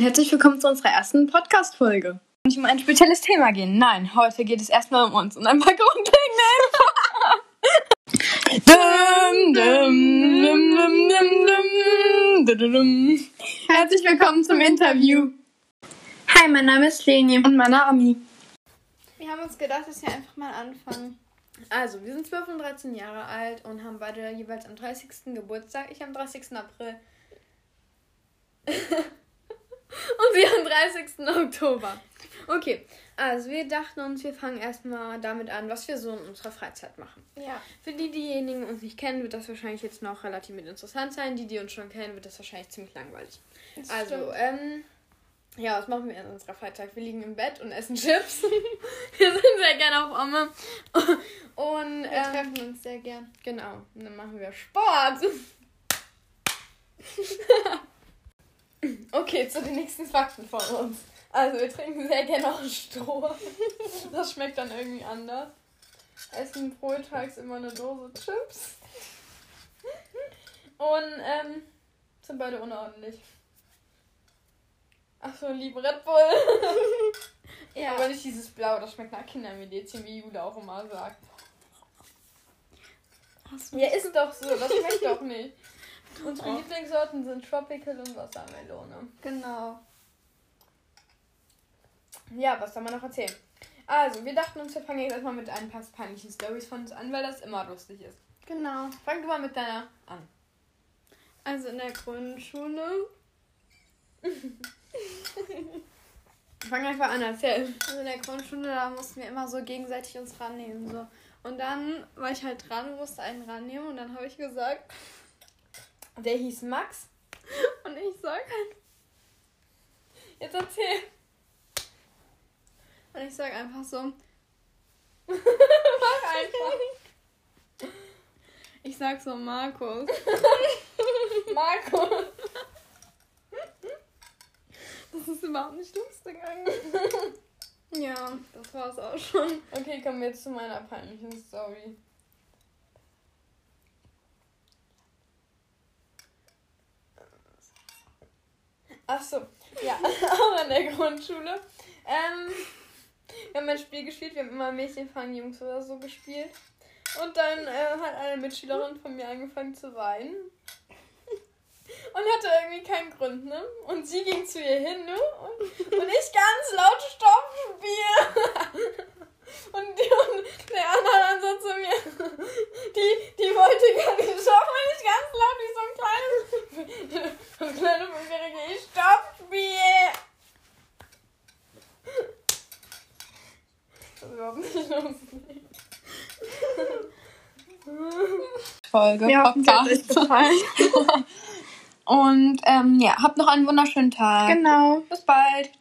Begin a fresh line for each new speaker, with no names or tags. herzlich willkommen zu unserer ersten Podcast-Folge.
Nicht um ein spezielles Thema gehen. Nein, heute geht es erstmal um uns und ein paar grundlegende Infos.
Herzlich willkommen zum Interview. Hi, mein Name ist Leni. Und mein Name.
Wir haben uns gedacht, dass wir einfach mal anfangen. Also, wir sind 12 und 13 Jahre alt und haben beide jeweils am 30. Geburtstag. Ich am 30. April. und sie am 30. Oktober. Okay, also wir dachten uns, wir fangen erstmal damit an, was wir so in unserer Freizeit machen.
Ja.
Für die, diejenigen die uns nicht kennen, wird das wahrscheinlich jetzt noch relativ interessant sein. Die, die uns schon kennen, wird das wahrscheinlich ziemlich langweilig. Also, ähm, ja, was machen wir in unserer Freizeit? Wir liegen im Bett und essen Chips. wir sind sehr gerne auf Oma. Und
Wir
ähm,
treffen uns sehr gern.
genau, und dann machen wir Sport. okay, zu den nächsten Fakten von uns. Also, wir trinken sehr gerne auch Stroh. Das schmeckt dann irgendwie anders. Essen pro Tags immer eine Dose Chips. Und ähm, sind beide unordentlich. Achso, lieben Red Bull.
Ja.
Aber nicht dieses Blau, das schmeckt nach Kindermedizin, wie Jule auch immer sagt. Ja, ist doch so, das schmeckt doch nicht. Oh. Unsere Lieblingssorten sind Tropical und Wassermelone.
Genau.
Ja, was soll man noch erzählen? Also, wir dachten uns, wir fangen jetzt erstmal mit ein paar peinlichen Stories von uns an, weil das immer lustig ist.
Genau.
Fang du mal mit deiner an.
Also in der Grundschule.
Fang einfach an, erzähl.
Also in der Grundschule, da mussten wir immer so gegenseitig uns rannehmen. So. Und dann war ich halt dran und musste einen rannehmen und dann habe ich gesagt,
Der hieß Max.
und ich sag
Jetzt erzähl.
und ich sag einfach so,
Mach einfach.
ich sag so Markus.
Marco.
Das ist überhaupt nicht lustig eigentlich. Ja, das war's auch schon.
Okay, kommen wir jetzt zu meiner peinlichen Story. Ach so, ja, auch an der Grundschule. Ähm, wir haben ein Spiel gespielt, wir haben immer Mädchen fangen Jungs oder so gespielt. Und dann äh, hat eine Mitschülerin von mir angefangen zu weinen. Und hatte irgendwie keinen Grund, ne? Und sie ging zu ihr hin, ne? Und, und ich ganz laut Stoppspiel. Und, die, und der andere dann so zu mir, die, die wollte gar nicht stoppen und ich ganz laut wie so ein kleines, so ein kleines Fünfjährige, ich Stoppspiel. Das ist überhaupt nicht lustig.
Folge Podcast. Und ähm, ja, habt noch einen wunderschönen Tag.
Genau.
Bis bald.